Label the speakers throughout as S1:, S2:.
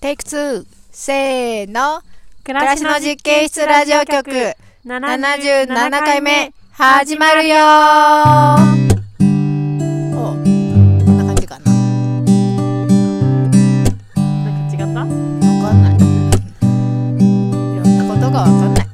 S1: テイク2せーの暮
S2: 暮
S1: らしの実験室ラジオ局77
S2: 77
S1: 回目始まるよーおこんな感じかな
S2: なんか違った
S1: わかんないいろんなことがわかんない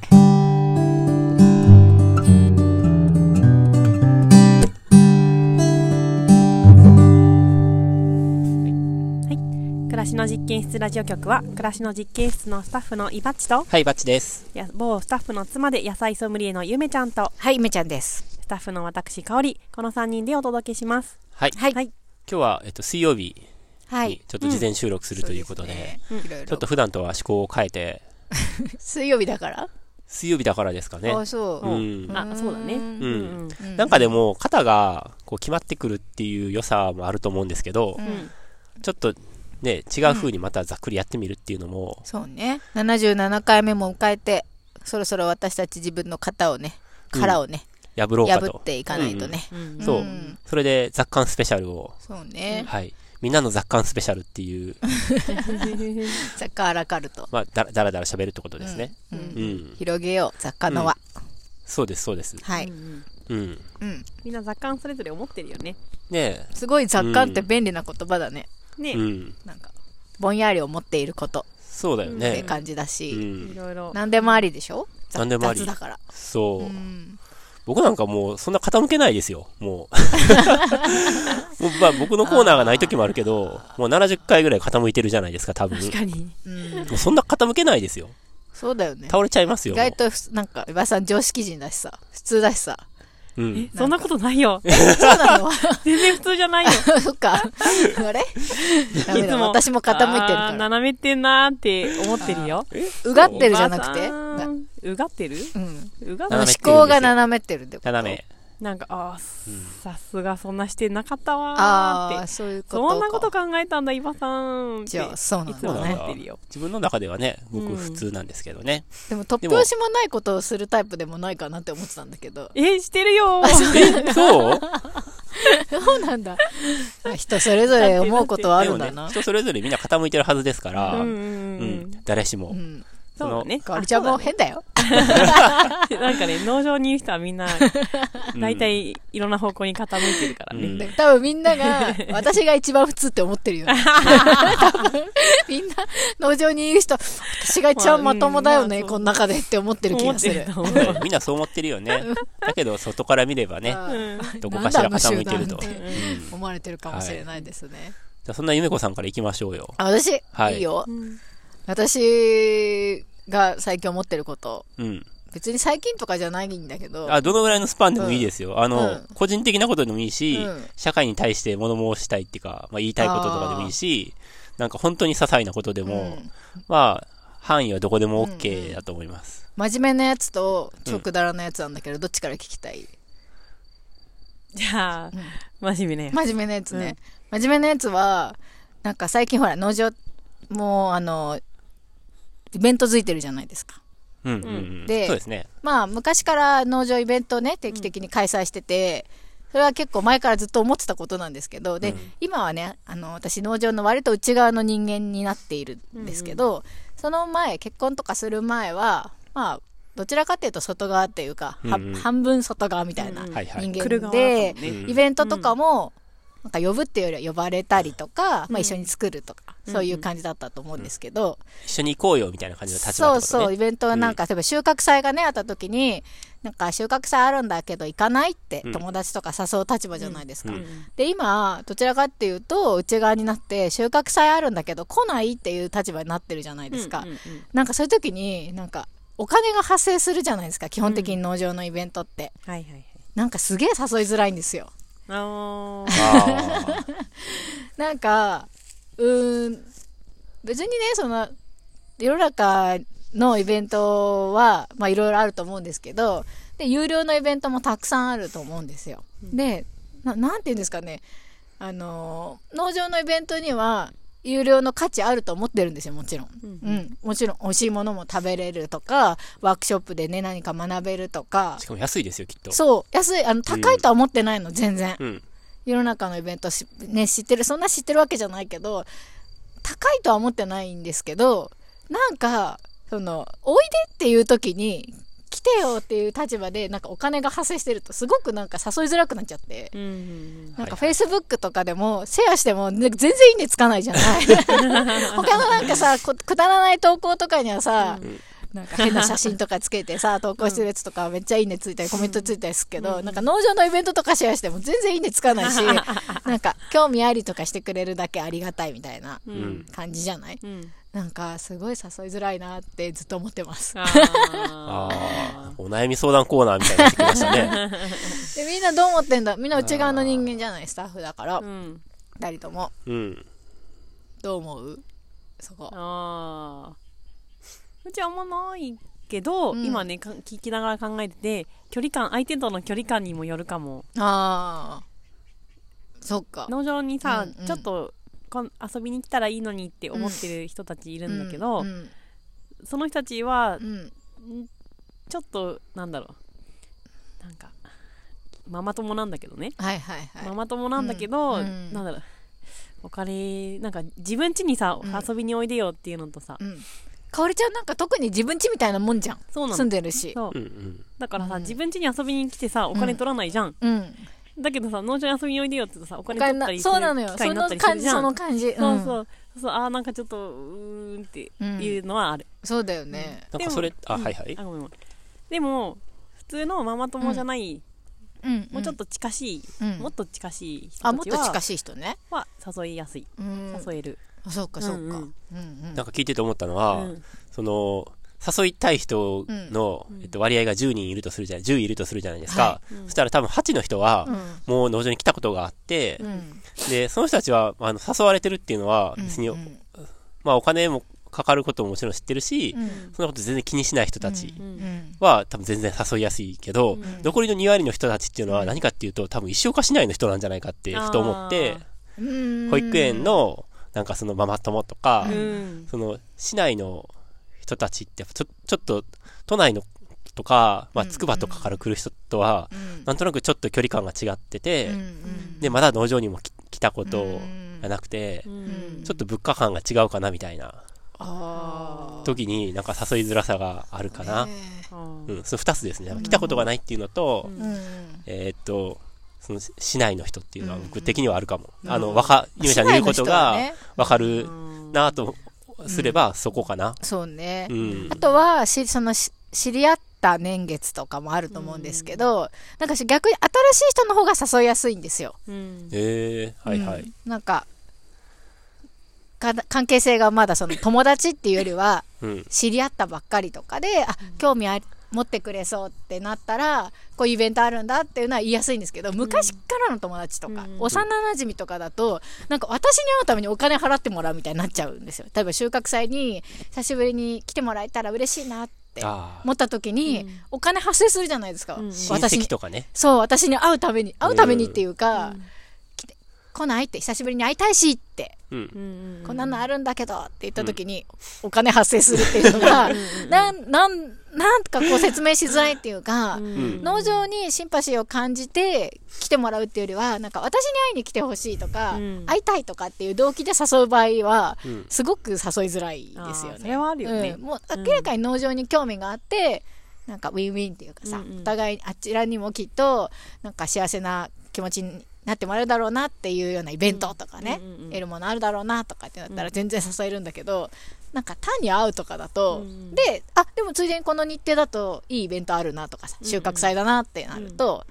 S2: 暮らしの実験室ラジオ局は暮らしの実験室のスタッフのイバッチと
S3: はい、バッチです。
S2: や某スタッフの妻で野菜ソムリエのゆめちゃんと
S1: はいめちゃんです
S2: スタッフの私香織この3人でお届けします
S3: はい。
S1: はい
S2: はい
S3: 今日は、えっと、水曜日
S1: は
S3: にちょっと事前収録するということで、
S1: そうすねいろいろ
S3: ちょっと普段とは趣向を変えて、
S1: 水曜日だから
S3: 水曜日だからですかね。
S1: あそうう、
S3: ん。
S2: あそうだね
S1: う
S2: うんん、うん
S1: う
S3: なんかでも、肩がこう決まってくるっていう良さもあると思うんですけど、
S1: うん
S3: ちょっとね、違う風にまたざっくりやってみるっていうのも、
S1: そうね77回目も迎えてそろそろ私たち自分の型をね殻をね、
S3: 破ろうかと。
S1: 破っていかないとね、
S2: うん
S3: そう
S1: うん
S3: それで、雑感スペシャルを、
S1: そうね、
S3: はい。みんなの雑感スペシャルっていう、
S1: 雑貨アラカルト
S3: まあ、だらだらだら喋るってことですね。
S1: うん
S3: うん。
S1: 広げよう雑貨の輪、
S3: そうです、そうです。
S1: は
S2: う
S1: い、
S2: ん
S3: うん。
S1: うん、
S2: みんな雑感それぞれ思ってるよね
S3: ね
S1: すごい雑貨って便利な言葉だね、
S3: え。
S2: ね、
S3: うん。
S1: なんかぼんやり思っていること
S3: そうだよ
S1: っ
S3: ね
S1: て。感じだ
S3: う
S1: し、
S3: ん
S2: い。ろいろ
S1: 何でもありでしょ雑
S3: 何でもあり
S1: 雑だから
S3: そ
S1: う
S3: う、
S1: ん
S3: 僕なんかもうそんな傾けないですよ。もう。もうまあ僕のコーナーがない時もあるけど、もう70回ぐらい傾いてるじゃないですか、多分。
S2: 確
S3: も
S2: かに
S1: うん
S3: うそんな傾けないですよ。
S1: そうだよね
S3: 倒れちゃいます
S1: 意
S3: よ。
S1: 外とふなんか岩井さん常識人だしさ普通だしさ
S3: もうう
S2: え
S3: ん。
S2: そんなことな いよ
S1: そうなの
S2: 全然普通じゃないよ
S1: そっかあれダメ
S2: いつ
S1: だ
S2: も
S1: 私も傾いてる
S2: あー
S1: から
S2: 斜めってんなーって思ってるよ
S1: うがってるじゃなくて
S2: おばさんうがってる
S1: うん
S2: うがっ
S1: 思
S3: 斜めってるんですよ
S1: 考が斜めってるってこと
S3: 斜め。
S2: なんかあー、さすがそんなしてなかったわ
S1: あ
S2: ー
S1: あ
S2: って
S1: そういうことか
S2: そんなこと考えたんだ今さんって
S1: じゃあそうなん
S2: いつも
S1: だ
S2: 思
S1: ね
S2: ってるよ
S3: 自分の中ではね、
S2: う
S3: 僕
S2: ん
S3: 普通なんですけどね。
S1: でも突拍子もないことをするタイプでもないかなって思ってたんだけど
S2: えー、してるよー
S3: え、そう
S1: そうなんだまあ人それぞれ思うことはあ
S3: で
S1: る
S3: も
S1: んだ
S3: ね
S1: な、
S3: 人それぞれみんな傾いてるはずですから、
S2: う
S3: うん
S2: うんう
S3: ん、
S2: んうん
S3: 誰しも
S1: う。ん
S2: そうだね
S1: かおりちゃん
S2: あ
S1: も
S2: そうだね
S1: 変だよ
S2: なんかね農場にいる人はみんな大体いろんな方向に傾いてるから
S3: う
S2: ね、
S3: ん、
S1: 多分みんなが私が一番普通って思ってるよ ね多分みんな農場にいる人私が一番まともだよね、
S2: まあうん
S1: この中でって思ってる気
S2: 思
S1: が
S2: っ
S1: す
S2: て
S1: る
S2: ると思う
S3: そうだよみんなそう思ってるよね。だけど、外から見ればね、
S1: あ
S2: う
S1: ー
S2: ん
S3: どこかしら傾いてる
S1: な
S3: と。
S1: んだあの集団
S3: うん
S2: っ
S3: じ
S1: 思われてるかもしれないですね、
S3: ゃあそんなゆめこさんから行きましょうよ。
S1: あ私、
S3: は
S1: い、
S3: い
S1: いよ
S2: うん
S1: 私が最近思ってること
S3: うん。
S1: 別に最近とかじゃないんだけど
S3: あどのぐらいのスパンでもいいですよ、あの、
S1: うん
S3: 個人的なことでもいいし、
S1: うん
S3: 社会に対して物申したいっていうか、まあ、言いたいこととかでもいいしなんか本当に些細なことでも、
S1: うん
S3: まあ範囲はどこでも
S1: うんうん
S3: OK だと思います、
S1: 真面目なやつと超くだらなやつなんだけど、どっちから聞きたい
S2: じゃあ、真面目ね、
S1: 真面目なやつね、真面目なやつはなんか最近ほら農場もうあのイベントづいてるじゃないですか
S3: うんうんうん
S1: で
S3: そうですね
S1: まあ昔から農場イベントをね定期的に開催してて、それは結構前からずっと思ってたことなんですけどで、今はねあの私農場の割と内側の人間になっているんですけど、その前結婚とかする前はまあどちらかというと外側っていうか、は
S3: うんうん
S1: 半分外側みたいな
S2: うん
S1: 人
S3: はいはい
S2: 来る
S1: 間
S2: 側
S1: で、
S2: だもんね
S3: うん
S1: イベントとかも、なんか呼ぶっていうよりは呼ばれたりとか、まあ、一緒に作るとか、そういう感じだったと思うんですけど、
S3: 一緒に行こうよみたいな感じの立場ってこ
S1: そ
S3: と
S1: う
S3: ね
S1: そうイベントはなんか、例えば収穫祭がねあった時になんか収穫祭あるんだけど行かないって
S3: うん
S1: 友達とか誘う立場じゃないですか、
S3: うん
S1: で今どちらかっていうと内側になって収穫祭あるんだけど来ないっていう立場になってるじゃないですか、
S2: うんうんうん
S1: なんかそういう時になんかお金が発生するじゃないですか基本的に農場のイベントって、
S2: はいはいはい
S1: なんかすげえ誘いづらいんですよ
S2: あのー
S3: あー
S1: なんかうーん別にねその世の中のイベントはまあいろいろあると思うんですけどで有料のイベントもたくさんあると思うんですよ。でななんて言うんですかねあのー農場のイベントには有料の価値あると思ってるんですよもちろん、うんもちろん美味しいものも食べれるとかワークショップでね何か学べるとか
S3: しかも安いですよきっと
S1: そう安いあの高いとは思ってないの、全然、
S3: うん
S1: 世の中のイベントし、ね、知ってるそんな知ってるわけじゃないけど高いとは思ってないんですけど、なんか、その、おいでっていう時に、来てよっていう立場で、なんかお金が発生してると、すごくなんか誘いづらくなっちゃって、
S2: うん。
S1: なんか
S3: はい
S1: Facebook とかでも、シェアしても、ね全然いいねつかないじゃない他のなんかさ、こくだらない投稿とかにはさ、なんか変な写真とかつけてさ、投稿してるやつとかめっちゃいいねついたり、コメントついたりするけど、なんか農場のイベントとかシェアしても全然いいねつかないし、なんか興味ありとかしてくれるだけありがたいみたいな
S2: う
S3: うんん。
S1: 感じじゃない
S2: うん。
S1: なんかすごい誘いづらいなってずっと思ってます。
S2: あ
S3: ああ
S2: あ。、
S3: お悩み相談コーナーみたいになってきました ね。
S1: で、みんなどう思ってんだみんな内側の人間じゃないスタッフだから
S2: う、ん。
S1: 二人とも。
S3: うん。
S1: どう思うそこ。
S2: ああ。うちはあんまないけど、
S1: うん
S2: 今ねか聞きながら考えてて、距離感、相手との距離感にもよるかも。
S1: ああ。そっか。
S2: 農場にさ、
S1: うんうん
S2: ちょっとこん遊びに来たらいいのにって思ってる人たちいるんだけど、
S1: うん。
S2: その人たちは
S1: う、ん。
S2: んちょっと、なんだろう。なんか、ママ友なんだけどね。
S1: はいはいはい。
S2: ママ友なんだけ
S1: う
S2: ど、
S1: んうん
S2: なんだろう。お金、なんか自分家にさ、
S1: うん
S2: 遊びにおいでよっていうのとさ、
S1: うん。かおりちゃんなんか特に自分家みたいなもんじゃん。
S2: そうなの
S1: 住んでるし。
S2: そう
S3: うんうん。
S2: だからさ、
S1: うん
S2: 自分家に遊びに来てさお金取らないじゃん、
S1: うん。
S2: だけどさ農場に遊びにおいでよって言うとさお金取ったりする
S1: そうなのよ。
S2: 機会
S1: そ
S2: にな
S1: の
S2: ったりす
S1: 感
S2: る
S1: じ、
S2: じゃ
S1: そ
S2: んそ
S1: の感じ。
S2: うそう
S1: うん。
S2: そうそうあーなんかちょっとうーんっていうのはある、
S1: そうだよね。
S3: なん
S2: でも
S3: かそれ、あ、
S2: うん
S3: はいはい
S2: あ。ごめんごめんでも普通のママ友じゃない、
S1: うん。
S2: もうちょっと近しい、
S1: うん
S2: もっと近しい人たちは
S1: あ、もっと近しい人ね。
S2: は誘いやすい
S1: うん。
S2: 誘える、
S1: あそうか、そうか。う
S2: うんんうん
S1: うん
S3: なんか聞いてて思ったの
S2: う
S3: は、
S2: ん
S3: その、誘いたい人の、
S2: ん
S3: えっと、割合が10人いるとするじゃない、10いるとするじゃないですか。
S1: は
S3: そしたら多分8の人は、
S1: うん
S3: もう農場に来たことがあって、
S1: うん。
S3: で、その人たちは、あの、誘われてるっていうのは、別に、
S1: うん
S3: まあお金もかかることももちろん知ってるし、
S1: うん
S3: そんなこと全然気にしない人たち
S2: う
S1: うんん。
S3: は、多分全然誘いやすいけど、
S2: うん
S3: 残りの2割の人たちっていうのは何かっていうと、多分一生化しないの人なんじゃないかって、ふと思って、
S1: うん
S3: 保育園、の、なんかそのママ友とか、
S2: うん
S3: その市内の人たちってちょちょっと都内のとか、まあ、
S1: うん
S3: 筑波とかから来る人とは
S1: うん
S3: なんとなくちょっと距離感が違ってて、
S1: うん
S3: でまだ農場にも来来たこ
S1: う
S3: と
S1: ん
S3: がなくて、
S1: ん
S3: ちょっと物価感が違うかなみたいな
S1: あ
S3: 時になんか誘いづらさがあるか
S1: あ
S3: な、
S2: あー
S3: うん、その2つですね来たことがないっていうのと、
S2: うん
S1: うん
S3: えーっとその市内の人っていうのは
S1: う
S3: 僕
S1: ん
S3: 的にはあるかも、
S1: うん
S3: あの若ゆめちゃんの言うこと
S1: 市内の人は
S3: が
S1: ね
S3: わか
S2: う
S3: る
S2: ん
S3: なとすればそこかな、
S1: そうね、
S3: うん
S1: あとはしそのし知り合った年月とかもあると思うんですけど、なんかし逆に新しい人の方が誘いやすいんですよ
S2: うん
S3: えー、はいはい、
S1: うんなんかか関係性がまだその友達っていうよりは
S3: うん、
S1: 知り合ったばっかりとかであ興味あ持ってくれそうってなったらこういうイベントあるんだっていうのは言いやすいんですけど昔からの友達とか、
S2: うん
S1: 幼なじみとかだとなんか私に会うためにお金払ってもらうみたいになっちゃうんですよ例えば収穫祭に久しぶりに来てもらえたら嬉しいなって
S3: あ
S1: 思った時に、
S2: うん
S1: お金発生するじゃないですか、
S2: うん
S3: 親
S1: 私に
S3: 戚とかね。
S1: そう私に会うために会うためにっていうか、
S2: うん
S1: 来て来ないって久しぶりに会いたいしって
S3: うん。
S2: うん
S1: こんなのあるんだけどって言った時に、お金発生するっていうのが、 なん、なん、なんかこう説明しづらいっていうか、
S2: うん
S1: 農場にシンパシーを感じて来てもらうっていうよりは、なんか私に会いに来てほしいとか、
S2: うん
S1: 会いたいとかっていう動機で誘う場合は、
S3: うん
S1: すごく誘いづらいですよ
S2: あー
S1: ね。
S2: それはあるよね
S1: うんもう
S2: うん
S1: 明らかに農場に興味があって、なんかウィンウィンっていうかさ、
S2: うんうん
S1: お互いあちらにもきっと、なんか幸せな気持ちになってもらえるだろうなっていうようなイベントとかね、
S2: うんうんうん
S1: 得るものあるだろうなとかってなった
S2: う
S1: ら
S2: ん
S1: 全然誘えるんだけど、なんか単に会うとかだと、
S2: うん
S1: で、あ、でもついでにこの日程だといいイベントあるなとかさ、
S2: うんうん
S1: 収穫祭だなってなると、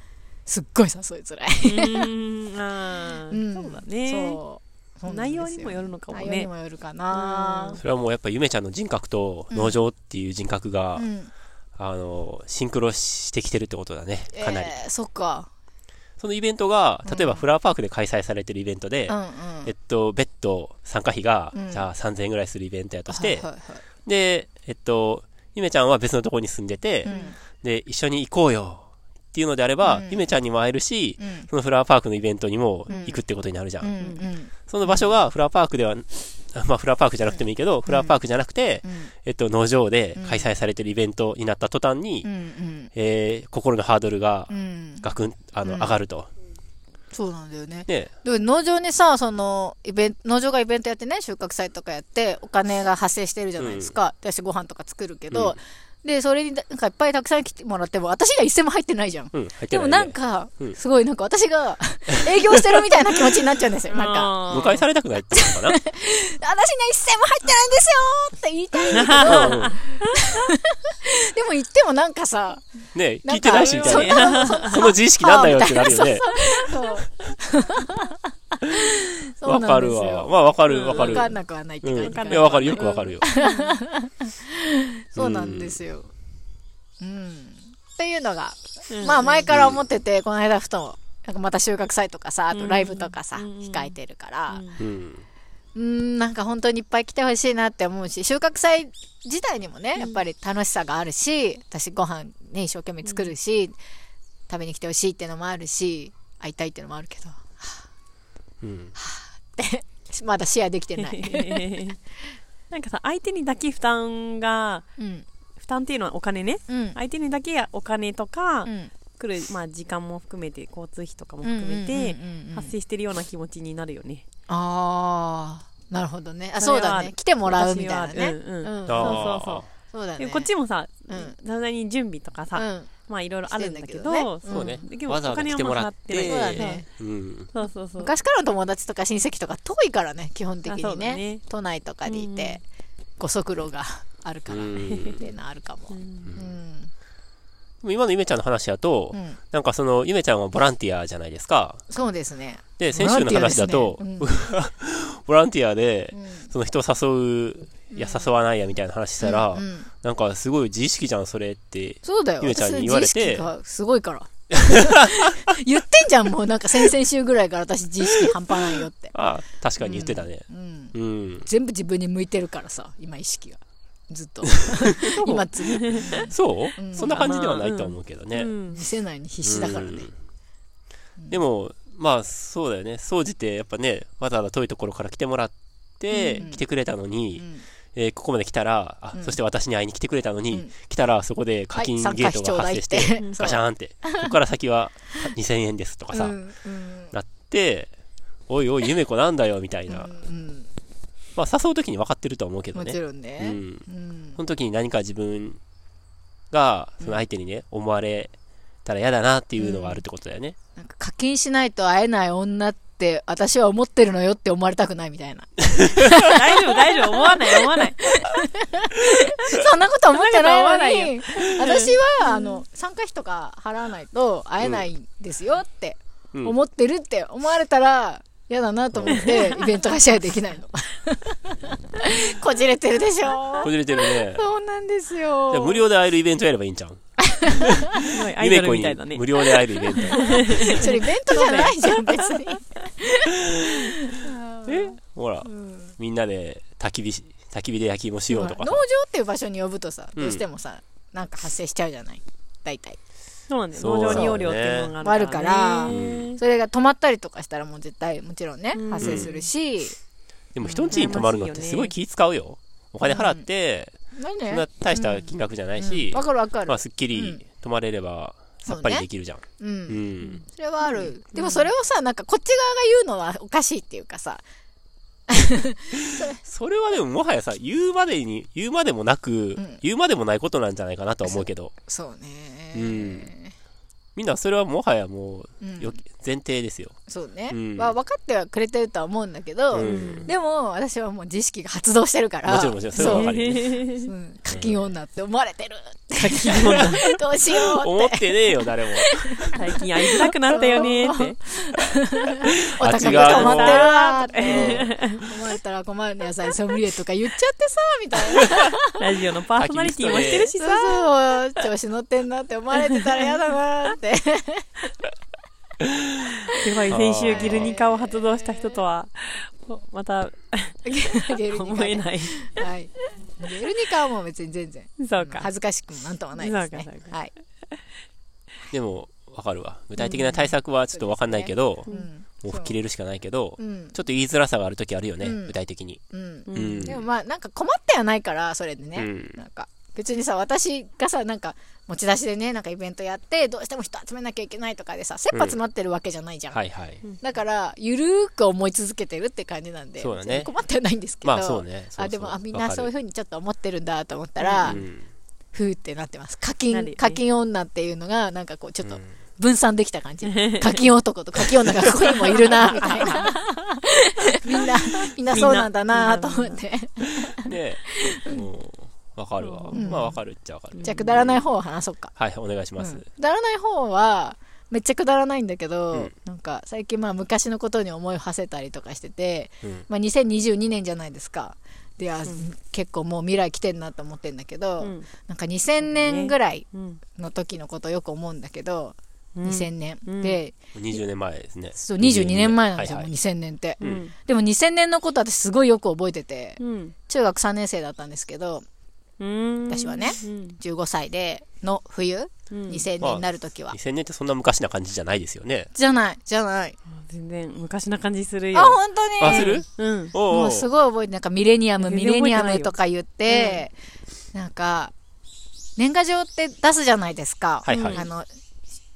S1: すっごい誘いづらい。
S2: うーんあ
S1: ん
S2: ーそうだね。
S1: そう。そうなん
S2: 内
S1: ですよ
S2: 容にもよるのかも
S1: 内容に
S2: ね
S1: も。よるかな
S2: うん
S3: それはもうやっぱゆめちゃんの人格と農場っていう人格が、
S1: うん。
S3: あの、シンクロしてきてるってことだね。かなり。
S1: えーそっか。
S3: そのイベントが、例えばフラワーパークで開催されてるイベントで、
S1: うんうん。
S3: えっと、別途参加費が、
S1: うん
S3: じゃあ3000円ぐらいするイベントやとして、
S1: はいはいはい
S3: で、えっと、ゆめちゃんは別のところに住んでて、で、一緒に行こうよっていうのであれば、
S1: うん
S3: ゆめちゃんにも会えるし、
S1: うん
S3: そのフラワーパークのイベントにも行くってことになるじゃん
S1: うんうん
S3: その場所がフラワーパークでは、 あまあフラワーパークじゃなくてもいいけど、フラワーパークじゃなくて、
S1: うん
S3: えっと、農場で開催されてるイベントになった途端に、
S1: うんうん
S3: えー心のハードルが
S1: うん
S3: ガクン、あの、
S1: うん
S3: 上がると。
S1: そうなんだよね。
S3: ね
S1: でも農場にさ、その、イベント、農場がイベントやってね、収穫祭とかやって、お金が発生してるじゃないですか。で私ご飯とか作るけど、で、それになんかいっぱいたくさん来てもらっても、私には一銭も入ってないじゃん。
S3: うん、入って
S1: で
S3: な
S1: も
S3: い、ね。
S1: なん、か、
S3: うん
S1: すごいなんか私が営業してるみたいな気持ちになっちゃうん ですよ。なんか、
S3: 誤解されたくないってことか
S1: 私
S3: な。
S1: には一銭も入ってないんですよって言いた いんだけ
S3: うん うん
S1: ど、でも言ってもなんかさ、
S3: ね
S1: な
S3: 聞
S1: ん
S3: いて
S1: か
S3: ないし、みたい
S2: そんな
S3: な。その自意識なんだよってなるよね。
S1: そうそう
S3: わ
S1: な
S3: か
S1: んで
S3: る
S1: すよ
S3: わ。まあ、わかる、わか
S1: わ
S3: る。
S1: かんなくはないって
S3: う
S1: 感
S3: ん。
S1: じ
S3: い
S1: かな
S3: や、わかる。よくわかるよ。
S1: そうなんですよ。うん。っていうのが、まあ前から思ってて、この間ふと、なんかまた収穫祭とかさ、あとライブとかさ、
S2: うんうん
S1: 控えてるから、
S3: うん。
S1: うーん、なんか本当にいっぱい来てほしいなって思うし、収穫祭自体にもね、やっぱり楽しさがあるし、私ご飯ね、一生懸命作るし、食べに来てほしいってのもあるし、会いたいってのもあるけど、
S3: うん。
S1: まだシェアできて ない。
S2: い。なんかさ、相手にだけ負担が、
S1: うん。
S2: 負担っていうのはお金ね。
S1: うん。
S2: 相手にだけお金とか、
S1: うん
S2: 来る、まあ、時間も含めて、交通費とかも含めて
S1: うんうんうんうんうん、
S2: 発生してるような気持ちになるよね。
S1: ああ、なるほどね。あ、
S2: そ
S1: そう
S2: れは
S1: だね。来てもらうみたいなね。
S2: 私はうんうん
S1: そう
S3: あー
S2: そう
S1: そうだ
S2: で
S1: ね。
S2: もこっちもさ、
S1: うん
S2: だんだんに準備とかさ、
S1: うん。
S2: まあいろいろあるんだけ
S1: してん
S2: ど、
S1: だけどね
S3: そうね
S2: で。も
S3: わざわざ来ても
S2: お
S3: らっ
S1: そうだ
S2: 金はもらって
S3: て
S1: ね。。
S3: うん。
S2: そうそうそう。
S1: 昔からの友達とか親戚とか遠いからね、基本的
S2: あ
S1: に
S2: そうだ
S1: ね。
S2: ね
S1: 都内とかにいて、ご足労があるから、
S3: う
S1: ね、
S3: ん
S1: っていうのはあるかも。うん。
S3: 今のゆめちゃんの話だと
S1: う、ん。
S3: なんかその、ゆめちゃんはボランティアじゃないですか。
S1: そうですね。
S3: で、先週の話だと
S1: ボ、ランティアですねうん
S3: ボランティアで
S1: うん、
S3: その人を誘う、いや、誘わないやみたいな話したら
S1: う、ん
S3: なんかすごい自意識じゃん、それって。
S1: そうだよ。
S3: ゆめちゃんに言われて
S1: 私自意識がすごい から。言ってんじゃん、もうなんか先々週ぐらいから私自意識半端ないよって。
S3: ああ、確かに言ってたね。
S1: うん。
S3: うん。
S1: 全部自分に向いてるからさ、今意識が。ずっと。今つ、
S3: そう、
S1: うん
S3: そんな感じではないと思うけどね。
S2: うん
S1: 見せないに必死だからね。
S3: うんでも、まあ、そうだよね。総じて、やっぱね、わざわざ遠いところから来てもらって、
S1: うん
S3: 来てくれたのに、
S1: うん
S3: えーここまで来たら、あ、
S1: うん
S3: そして私に会いに来てくれたのに、
S1: うん
S3: 来たらそこで課金ゲートが発生して、
S1: はい参加費ちょうだいって
S3: ガシャー ンって、ここから先はあ2000円ですとかさ、
S1: うんうん
S3: なって、おいおい、ゆめ子なんだよ、みたいな。
S1: うん
S3: まあ、誘うときに分かってるとは思うけど
S1: も
S3: ね。
S1: ちろん
S3: う
S1: ね。う
S3: ん。
S1: ん
S3: その時に何か自分が、その相手にね、思われたら嫌だなっていうのがあるってことだよね。
S1: なんか課金しないと会えない女って私は思ってるのよって思われたくないみたい な。
S2: 大丈夫、大丈夫、思わない、思わない。
S1: そんなこと思って
S2: そんなこと思
S1: な
S2: わない
S1: の
S2: い
S1: に、私は、あの、参加費とか払わないと会えないんですよって
S3: うん
S1: 思ってるって思われたら嫌だなと思って、イベントがシェアでき ないの。こじれてるでしょ
S3: こじれてるね。
S1: そうなんです
S3: じゃあ
S1: よ。
S3: 無料で会えるイベントやればいいんじゃん。
S2: すごい、ア
S3: ゆ
S2: イド
S3: め
S2: ル
S3: 子
S2: みたいだね
S3: に無。料で会える イベント。
S1: それイベントじゃないじゃん、別に。
S3: えほら、みんなで焚き火し、焚き火で焼き芋しようとか
S1: 農
S3: さ
S1: 場っていう場所に呼ぶとさ、
S3: うん
S1: どうしてもさなんか発生しちゃうじゃない大体
S2: そうなんだよ。
S3: そう
S2: 農場利用料っていうのがあるから。
S1: あるから
S2: ね
S1: それが止まったりとかしたらもう絶対もちろんね
S2: うん
S1: 発生するし、
S3: でも人ん家に泊まるのってすごい気使うよ。お金払って、
S1: なん
S3: そんな
S1: ね
S3: 大した金額じゃない
S1: うん
S3: し、
S1: わかるわかる
S3: まあ、すっきり泊まれれば、さっぱりできるじゃん。
S1: う
S3: うんん。
S1: それはあるでもそれをさなんかこっち側が言うのはおかしいっていうかさ
S3: それはでももはやさ、言うまでに、言うまでもなく、
S1: ん
S3: 言うまでもないことなんじゃないかなとは思うけど、
S1: そうね
S3: うんみんなそれはもはやもう、
S1: うん
S3: よ前提ですよ。
S1: そうね、
S3: うん
S1: は分かってはくれてるとは思うんだけど、
S3: うん
S1: でも私はもう自意識が発動してるから
S3: もちろんもちろんそれはわかるよね
S1: そう、うん、課金女って思われてる
S2: 最近もな
S1: どうしよう
S3: 思ってねえよ、 誰も。
S2: 最近会いづらくなったよね
S1: お
S2: って。
S1: 高く止まってるわーって思われたら困る野菜ソムリエとか言っちゃってさみたいな
S2: ラジオのパーソナリティもしてるしさ。
S1: そうそう調子乗ってんなって思われてたら嫌だなーって
S2: すごい、先週ギルニカを発動した人とは、また
S1: ゲルニ
S2: 思
S1: カ
S2: え
S1: ね
S2: ない。
S1: はいゲルニカはもう別に全然
S2: そうか。
S1: 恥ずかしくもなんともないですね
S2: そうかそう
S1: はい、
S3: でも、わかるわ。具体的な対策はちょっとわかんないけど、
S1: うん
S3: もう吹っ切れるしかないけど、
S1: うん
S3: ちょっと言いづらさがあるときあるよね、
S1: うん
S3: 具体的に。
S1: うん
S3: うん。
S1: でもまあなんか困ってはないからそれでね、
S3: うん
S1: なんか別にさ私がさなんか持ち出しでねなんかイベントやってどうしても人集めなきゃいけないとかでさ切羽詰まってるわけじゃないじゃん、
S3: はいはい。
S1: だからゆるーく思い続けてるって感じなんで
S3: そうだね
S1: 別に困ってはないんですけど、
S3: まあそうね。そうそう
S1: あでもあみんなそういう
S3: わ
S1: ふ
S3: か
S1: うにちょっと思ってるんだと思ったら、
S3: るうん
S1: ふーってなってます課
S2: な
S1: 金、
S2: るよね
S1: 課金女っていうのがなんかこうちょっと
S3: うん
S1: 分散できた感じ、課金男と課金女がここにもいるなみたい なみんなみんなそうなんだなと思って
S3: ねえ、もう、わかるわ。
S1: うん
S3: まあわかるっちゃわかる。
S1: じゃあくだらない方を話そうか、
S3: はい、お願いしま
S1: う
S3: す
S1: ん。くだらない方はめっちゃくだらないんだけど、
S3: うん
S1: なんか最近まあ昔のことに思いを馳せたりとかしてて、
S3: うん
S1: まあ、2022年じゃないですかであ、結構もう未来来てんなと思ってんだけど、
S2: うん
S1: なんか2000年ぐらい
S2: うん
S1: の時のことよく思うんだけど、
S2: うん
S1: 2000年、
S2: うん
S1: で
S3: 20年前ですね。
S1: そう22年前なんですよ、
S3: はいはい
S1: もう2000年って、
S2: うん
S1: でも2000年のこと私すごいよく覚えてて、
S2: うん
S1: 中学3年生だったんですけど
S2: うん
S1: 私はね
S2: うん
S1: 15歳での冬、
S2: うん
S1: 2000年になる時は、
S3: 2000年ってそんな昔な感じじゃないですよね。
S1: じゃないじゃない
S2: あ全然昔な感じするよ
S1: あ本当に
S3: あ、する
S2: うん
S3: おうおう
S1: もうすごい覚えてなんかミレニアム
S2: 全
S1: ミ
S2: 然
S1: レ
S2: 覚え
S1: ニ
S2: て
S1: ア
S2: ないよ
S1: ムとか言って、なんか年賀状って出すじゃないですか、
S3: はいはい
S1: あの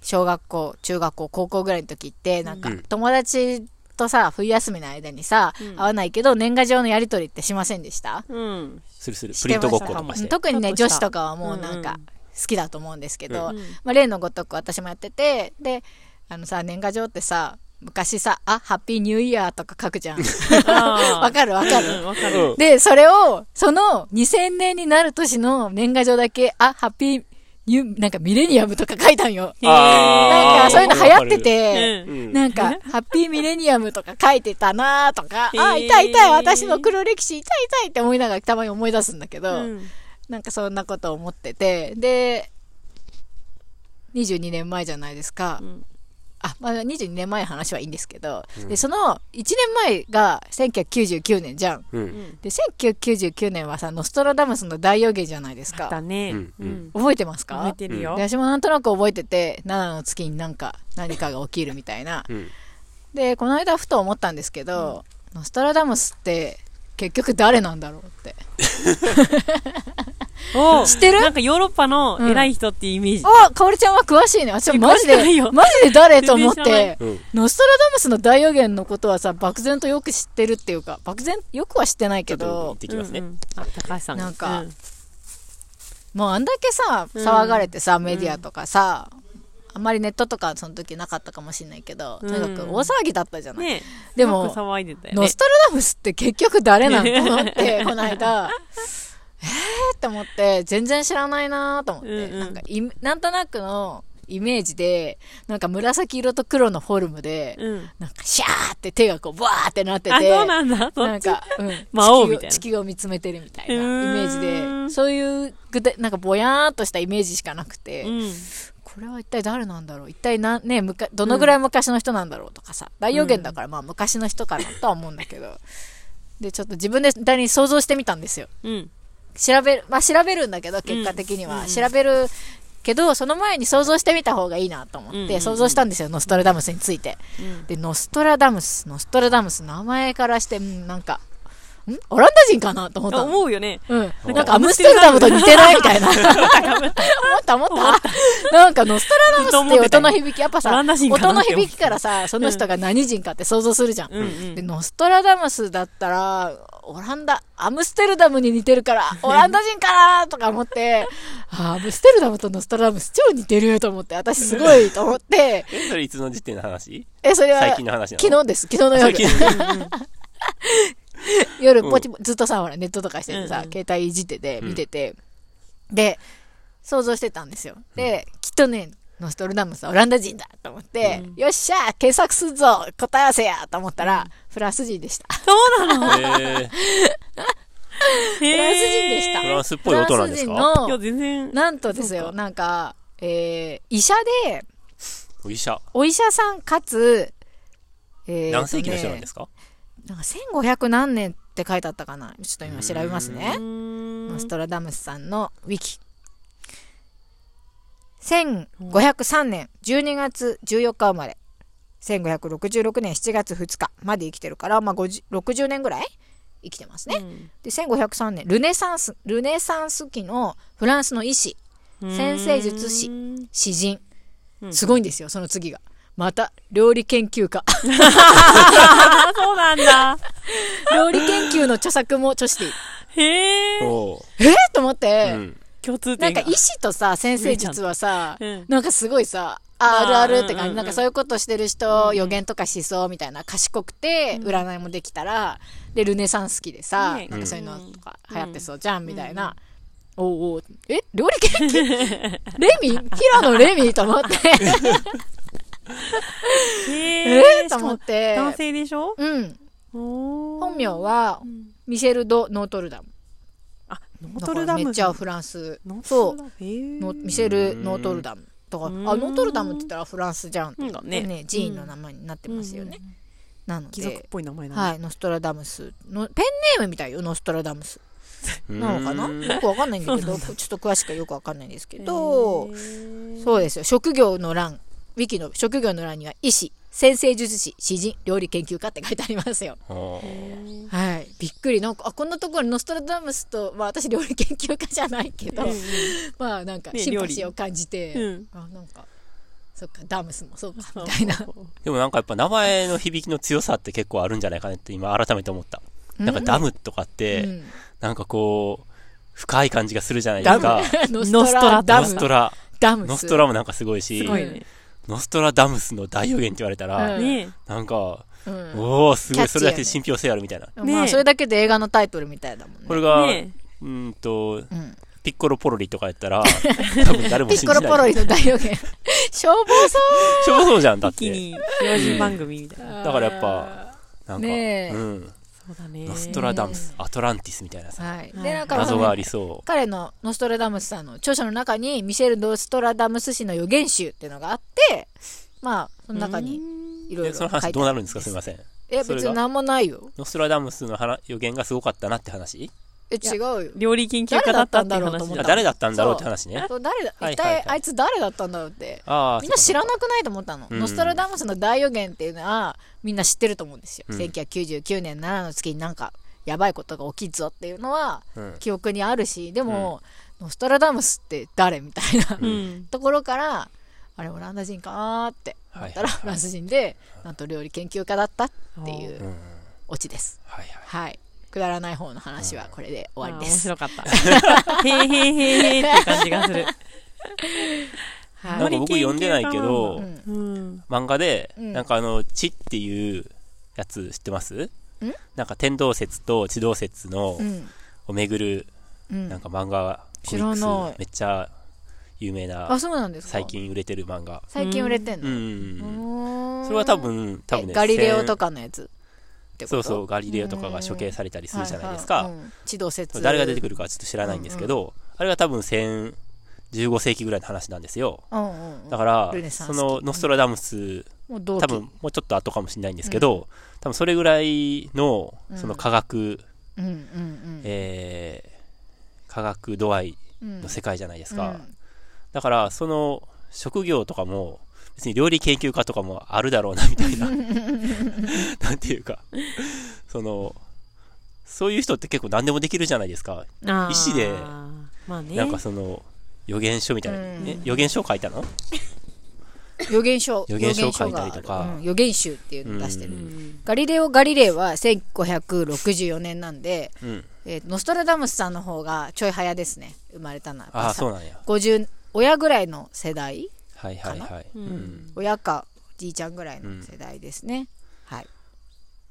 S1: 小学校中学校高校ぐらいの時ってなんか
S3: うん
S1: 友達とさ冬休みの間にさ、会わないけど年賀状のやり取りってしませんでした、
S2: うん
S3: するする。プリントごっことかして。
S1: 特にね
S2: ちょっ
S1: 女
S2: とした
S1: 子とかはもうなん
S2: うん
S1: か
S2: うん
S1: 好きだと思うんですけど、
S3: う
S1: まあ、例のごとく私もやっててであのさ年賀状ってさ昔さ「あハッピーニューイヤー」とか書くじ ゃん
S2: あ
S1: わかるわか
S2: ーう
S1: る
S2: んわか
S3: う
S2: る
S3: ん
S1: でそれをその2000年になる年の年賀状だけ「あハッピーニューなんかミレニアムとか書いたんよ
S3: あー
S1: なんかそういうの流行ってて、
S2: うん
S3: うん
S1: なんか、ハッピーミレニアムとか書いてたなーとか、
S2: へー
S1: あ、いたいたい、私の黒歴史、いたいたいって思いながらたまに思い出すんだけど、
S2: うん
S1: なんかそんなことを思ってて、で、22年前じゃないですか。
S2: うん
S1: あ、まあ、22年前の話はいいんですけど、で、その1年前が1999年じゃん。
S3: うん。
S1: で、1999年はさ、ノストラダムスの大予言じゃないです
S2: だ
S1: か。
S2: ね
S3: うんうん
S1: 覚えてます
S2: 覚え
S1: か
S2: てるよ
S1: で私もなんとなく覚えてて、7の月になんか、何かが起きるみたいな。
S3: うん。
S1: で、この間ふと思ったんですけど、ノストラダムスって、結局誰なんだろうって。
S2: お
S1: 知ってる
S2: なんかヨーロッパの偉い人っていうイメージ
S1: あ、かおりちゃんは詳しいね。あ、ちょ、
S2: え
S1: マジ
S2: 詳しくない
S1: で
S2: よ、
S1: マジで誰と思っ
S2: 全然知らな
S1: て
S3: う、ん。
S1: ノストラダムスの大予言のことはさ、漠然とよく知ってるっていうか、漠然、よくは知ってない
S3: ちょ
S1: け
S3: っと行
S1: ど、
S3: ってきます
S2: う
S3: ね
S2: んう。んあ高橋さん
S1: なんか
S2: う
S1: もうあんだけさ、
S2: うん
S1: 騒がれてさ、メディアとかさ、あんまりネットとかその時なかったかもしれないけど、と
S2: うん
S1: にかく大騒ぎだったじゃない。
S2: ね
S1: でも
S2: よく騒いでたよ
S1: ノ
S2: ね
S1: ストラダムスって結局誰なんと思 って、この間、えーって思って、全然知らないなーと思って、
S2: うんうん
S1: なんかイメなんとなくのイメージで、なんか紫色と黒のフォルムで、
S2: うん
S1: なんかシャーって手がこう、ブワーってなってて、
S2: あそうなんだそ
S1: な
S2: っ
S1: ん
S2: ち
S1: か、うん、
S2: 魔王
S1: 地球を
S2: みたいな
S1: 地球を見つめてるみたいなイ
S2: う
S1: メ
S2: ーん
S1: ージで、そういう具体、なんかぼやーっとしたイメージしかなくて、
S2: うん
S1: これは一体誰なんだろう一体な、ね、むかどのぐらい昔の人なんだろうとかさ、大予言だからまあ昔の人かなとは思うんだけど、で、ちょっと自分で誰に想像してみたんですよ。
S2: うん
S1: 調べる、まあ調べるんだけど、結果的には。調べるけど、その前に想像してみた方がいいなと思って、
S2: うんうんうん
S1: 想像したんですよ、ノストラダムスについて。
S2: うん
S1: で、ノストラダムス、ノストラダムス、名前からして、うんなんか、んオランダ人かなと思ったの。
S2: 思うよね
S1: うん。
S3: ん
S1: なんかアムステルダムと似てないみたいな。思った思った。なんかノストラダムスっていう音の響き、やっぱ
S2: オ
S1: さ、
S2: ランダ人かな
S1: 音の
S2: って思った
S1: 響きからさ、その人が何人かって想像するじゃん。
S2: うんう
S1: で
S2: ん
S1: ノストラダムスだったら、オランダ、アムステルダムに似てるから、オランダ人かなとか思 って、あーアムステルダムとノストラダムス超似てると思って、私すごいと思 って、
S3: え、それいつの時点の話
S1: え、それは、
S3: 最近の話なの
S1: 昨日です、昨日の夜。夜ポチポチ、ずっとさ、ほら、ネットとかしててさ、
S2: うんうん
S1: 携帯いじってて、見てて、で、想像してたんですよ。で、きっとね、ノストルダムスはオランダ人だと思って、よっしゃ検索するぞ答え合わせやと思ったら、フランス人でした。
S2: そうなの
S3: えー
S2: へ
S1: フラ
S2: ー
S1: ンス人でした
S3: フランスっぽい音なんです
S1: フランス
S3: か
S2: い
S1: 人
S2: や
S1: の、
S2: 全然
S1: なんとですよ、なんか、えー、医者で、
S3: お医者。
S1: お医者さんかつ、え
S3: 何世紀の人なんですすか
S1: なんか1500何年って書いてあったかなちょっと今調べますね
S2: う。ー
S1: ノス
S2: ん
S1: トラダムスさんのウィキ。1503年12月14日生まれ。1566年7月2日まで生きてるから、まあ、50 60年ぐらい生きてますね。で、1503年、ルネサンス、ルネサンス期のフランスの医師、
S2: うん
S1: 先生術師
S2: うん
S1: 詩人
S2: う。ん
S1: すごいんですよ、その次が。また、料理研究 家。
S2: あ、そうなんだ。
S1: 料理研究の著作も著している。
S2: へえ。
S3: おう
S1: えー、と思っ
S3: う
S1: て、
S3: ん。
S2: 共通
S1: な
S2: 点
S1: んか
S2: が。
S1: 医師とさ、先生術はさ、
S2: うん
S1: なんかすごいさ、
S2: あ
S1: あ
S2: ー
S1: るあるって感じ、
S2: うんうんうん
S1: なんかそういうことしてる人、予言とか思想みたいな、賢くて、占いもできたら、で、ルネサンス期でさ、
S2: ね
S1: なんかそういうのとか流行ってそうじゃん、みたいな。おうおうえ料理研究 レミ平野レミと思って
S2: へ
S1: え
S2: え。
S1: ーと思っ
S2: しか
S1: て
S2: も男性でしょ
S1: うん
S2: 本
S1: 本名はミシェル・ド・ノートルダム
S2: あ、ノ
S1: だ
S2: ー
S1: か
S2: トル
S1: ら
S2: ダム。
S1: めっちゃフランス
S2: ノー
S1: そう
S2: トルダム。へえ。
S1: のミシェル・ノートルダムとかあ
S2: う
S1: ノ
S2: ん
S1: ートルダムって言ったらフランスじゃん
S2: うんだね
S1: 寺院の名前になってますよね、
S2: うんうんうん。
S1: なの
S2: 貴族っ
S1: で、
S2: ぽい名前だね。
S1: はい、ノストラダムスのペンネームみたいよノストラダムスなのかな
S3: うん
S1: よくわかんないんだけどちょっと詳しくはよくわかんないんですけ
S2: へー
S1: ど、そうですよ職業の欄ウィキの職業の欄には医師先生術師詩人料理研究家って書いてありますよ
S3: おう
S1: はいびっくりなんかあこんなところにノストラダムスと、まあ、私料理研究家じゃないけど、まあなんか
S2: ね
S1: シンパシー
S2: 料理
S1: を感じて、
S2: うん
S1: あなんかそっかダムスもそうか
S2: うん
S1: みたいな
S3: でもなんかやっぱ名前の響きの強さって結構あるんじゃないかなって今改めて思った。なんかダムとかっ
S1: う
S3: て、
S1: ん
S3: なんかこう、深い感じがするじゃないですか。
S1: ノ
S2: ノ
S1: ス
S2: ス
S1: ト
S2: ト
S1: ラ
S2: ラ
S1: ダ
S3: ノ
S1: ム
S3: ストラ、
S1: ダムス
S3: ノストラもなんかすごい
S2: す
S3: し
S2: ご、いね。
S3: ノストラダムスの大予言って言われたら、
S1: うん
S2: ね
S3: なんか、
S1: うん
S3: おおすごい、
S1: キャッチーやね
S3: それだけで信憑性あるみたいな。
S1: ま
S2: ね
S1: あ
S2: え
S1: それだけで映画のタイトルみたいだもんね
S3: これ
S2: え
S3: が、
S2: ね
S3: うーんと、
S1: うん
S3: ピッコロポロリとかやっ たら、多分誰も
S1: ピ
S3: 信じ
S1: ッ
S3: な
S1: コ
S3: い。
S1: ロポロリの大予言消防さ
S3: そうそうじゃん、だっ
S2: 一気
S3: て。
S2: に標準番組みたいな。
S1: ん
S3: だからやっぱなんか、
S1: ねえ
S3: うん。
S2: そうだね。
S3: ノストラダムス、アトランティスみたいなさ、
S1: はい
S2: うん
S1: でなんかそ
S3: 謎があ
S1: の
S3: りそ。
S1: 彼のノストラダムスさんの著書の中にミシェル・ノストラダムス氏の予言集っていうのがあってまあその中にいうろいろ
S3: でそ
S1: 書い
S3: の
S1: てあ
S3: 話
S1: る
S3: どうなるんですかすみません。
S1: え
S3: それ
S1: 別
S3: が
S1: になんもないよ
S3: ノストラダムスの話予言がすごかったなって話
S1: え違うよ
S2: 料理研究家だったっていう
S1: 誰だったんだろうと
S2: 話
S1: 思
S3: あ
S1: たそ
S3: 誰だったんだろうって話ね。
S1: う誰だ
S3: はい
S1: 一体
S3: はい
S1: あいつ誰だったんだろうって
S3: ああ、
S1: みんな知ら
S3: ん。
S1: なくないと思ったの、
S3: うん
S1: ノストラダムスの大予言っていうのはみんな知ってると思うんですよ、
S3: うん
S1: 1999年7の月になんかやばいことが起きるぞっていうのは
S3: うん
S1: 記憶にあるしでも、ノストラダムスって誰みたいな、
S2: うん。
S1: ところからあれオランダ人かなーって思った
S3: はい
S1: ら
S3: はいはい
S1: フランス人でなんと料理研究家だったってい
S3: うん
S1: うオチです
S3: はいはい。
S1: はいくだらない方の話はこれで終わりです、
S2: あー面白かった。へーへーへーへーって感じがする。
S1: はい
S3: なんか僕読んでないけど
S1: う、ん
S2: うん。
S3: 漫画で、
S1: うん
S3: なんかあの、地っていうやつ知ってますなんか天動説と地動説の
S1: うん
S3: をめぐる、
S1: うん
S3: なんか漫画、コ
S1: 知
S3: ミッ
S1: ら
S3: クス
S1: ない
S3: めっちゃ有名な
S1: あ、そうなんですか
S3: 最近売れてる漫画。
S1: 最近売れてん
S3: う
S1: の、
S3: ん。
S1: そ
S3: それは多分、多分ね、
S1: ガリレオと
S3: か。
S1: かのやつってこと
S3: そうそう、ガリレオとかが処刑されたりするじゃないですか。
S1: ははうん地動説
S3: 誰が出て
S1: くる
S3: くるかはちょっと知らないんですけど、あれが多分1015世紀ぐらいの話なんですよ。
S1: うんうんうん
S3: だから
S1: ルネ、サンス
S3: そ
S1: 期
S3: のノストラダムス、
S1: もう同期
S3: 多分もうちょっと後かもしれないんですけど、多分それぐらいの
S1: うん
S3: その科学、
S1: うんうんうん
S3: えー科学度合い
S1: うん
S3: の世界じゃないです
S1: う
S3: か。
S1: ん
S3: だから、その職業とかも、別に料理研究家とかもあるだろうな、み たいな。なんていうか、その、そういう人って結構何でもできるじゃないですか。
S1: あー
S3: 石で
S2: まあね。
S3: なんかその、予言書みたいな、
S1: うん
S3: え予言書書いたの
S1: 予言書
S3: 予言書を書いたり
S1: 予言
S3: とか
S1: 書があるうん予言集っていうのを出して
S2: う
S1: る
S2: ん。
S1: ガリレオ・ガリレイは1564年なんで、
S3: うん。
S1: えーノストラダムスさんの方がちょい早ですね生まれたのは
S3: ああ、そうなんや。
S1: 50親ぐらいの世代
S3: はいはいはい。う
S2: うん
S3: ん。
S1: 親かじいちゃんぐらいの世代ですね、はい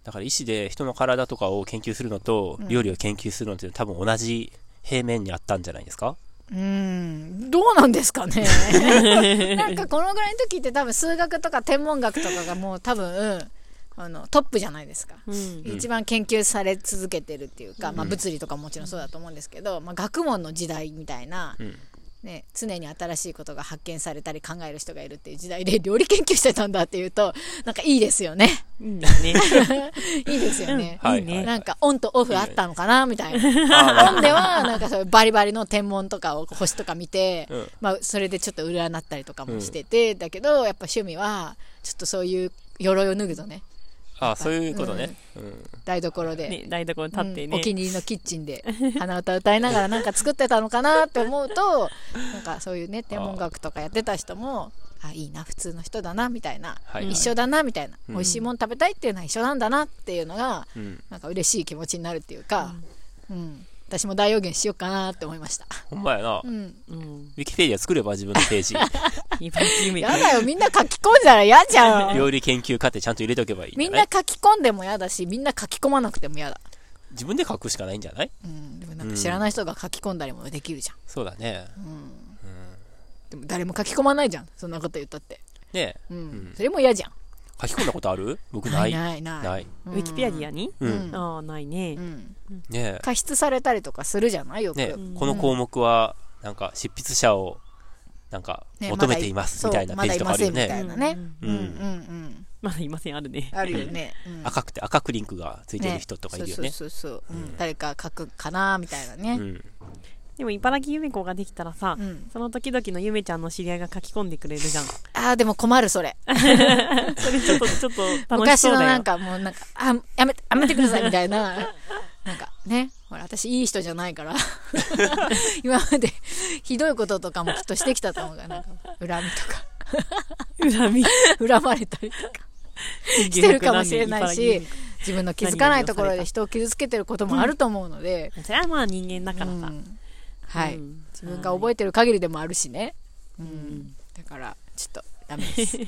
S3: だから医師で人の体とかを研究するのと、料理を研究するのって多分同じ平面にあったんじゃないですか
S1: うーんどうなんですかねなんかこのぐらいの時って多分数学とか天文学とかがもう多分あのトップじゃないですか、
S2: うん。
S1: 一番研究され続けてるっていうか、まあ、物理とかももちろんそうだと思うんですけど、まあ、学問の時代みたいな、
S3: ん
S1: ね、常に新しいことが発見されたり考える人がいるっていう時代で料理研究してたんだっていうとなんかいいですよね
S2: いいですね。
S1: いいですよね。
S3: はい
S2: いね
S1: なんかオンとオフあったのかなみたいな。
S3: あ
S1: オンではなんかそういうバリバリの天文とかを星とか見て、
S3: うん
S1: まあそれでちょっと占ったりとかもしてて、だけどやっぱ趣味はちょっとそういう鎧を脱ぐとね
S3: ああそういうことね。うん。
S1: 台所で、
S2: ね、台所に立って
S1: うんお
S2: ね。
S1: 気に入りのキッチンで鼻歌歌いながらなんか作ってたのかなって思う となんかそういうね天文学とかやってた人もあいいな普通の人だなみたいな、
S3: はいはい
S1: 一緒だなみたいな、
S3: うん
S1: 美味しいもん食べたいっていうのは一緒なんだなっていうのが
S3: うん。
S1: なんか嬉しい気持ちになるっていうか、うん私も大予言しようかなって思いました、
S3: ほんまやな。
S1: う
S3: ウ
S1: ん、
S2: うん。
S3: ィキペディア作れば自分のページ。
S2: 一発夢
S1: や。だよみんな書き込んだら嫌じ ゃん
S3: 料理研究家ってちゃんと入れとけばいい
S1: み
S3: じゃ
S1: ん
S3: な
S1: ない書き込んでも嫌だしみんな書き込まなくても嫌だ、
S3: 自分で書くしかないんじゃない
S1: うん、でもなんか知らない人が書き込んだりもできるじゃん
S3: そうだね。
S1: でも誰も書き込まないじゃんそんなこと言ったって
S3: ね
S1: うん、
S3: ん
S1: それも嫌じゃん
S3: 書き込んだことある僕な。
S1: ないい
S3: ない。
S1: ないない
S2: ウィキペディアに
S3: うんん。
S2: ああ、ないね
S1: う。ん、
S3: ね
S1: 加筆されたりとかするじゃないよく、
S3: ね
S2: ん
S3: この項目は、なんか執筆者を、なんか
S1: ね
S3: 求めていますみたいなページとかあるよ
S1: まだいません
S3: ね。
S1: みたいなね
S3: う
S1: うん
S3: ん
S1: うんうん
S2: まだいません、あるね。
S1: あるよね、うん、
S3: 赤くて、赤くリンクがついてる人とかいるよね。
S1: そうそうそうそう、うん誰か書くかなみたいな
S3: う
S1: ね
S3: ん。
S2: でも、茨城夢子ができたらさ
S1: うん、、
S2: その時々のゆめちゃんの知り合いが書き込んでくれる じゃん。
S1: ああでも困るそれ
S2: それちょっと、ちょっと楽し
S1: 昔
S2: そう
S1: の
S2: だよ。
S1: なんかもうなんかあやめてやめてくださいみたいななんかねほら私いい人じゃないから 今までひどいこととかもきっとしてきたと思うからなんか恨みとか
S2: 恨み。
S1: 恨まれたりとかしてるかもしれないし自分の気づかないところで人を傷つけてることもあると思うので、
S2: それはまあ人間だから
S1: う
S2: さ。
S1: んはい、
S2: うん
S1: 自分が覚えてる限りでもあるしね、うん
S2: ん
S1: だからちょっとダメです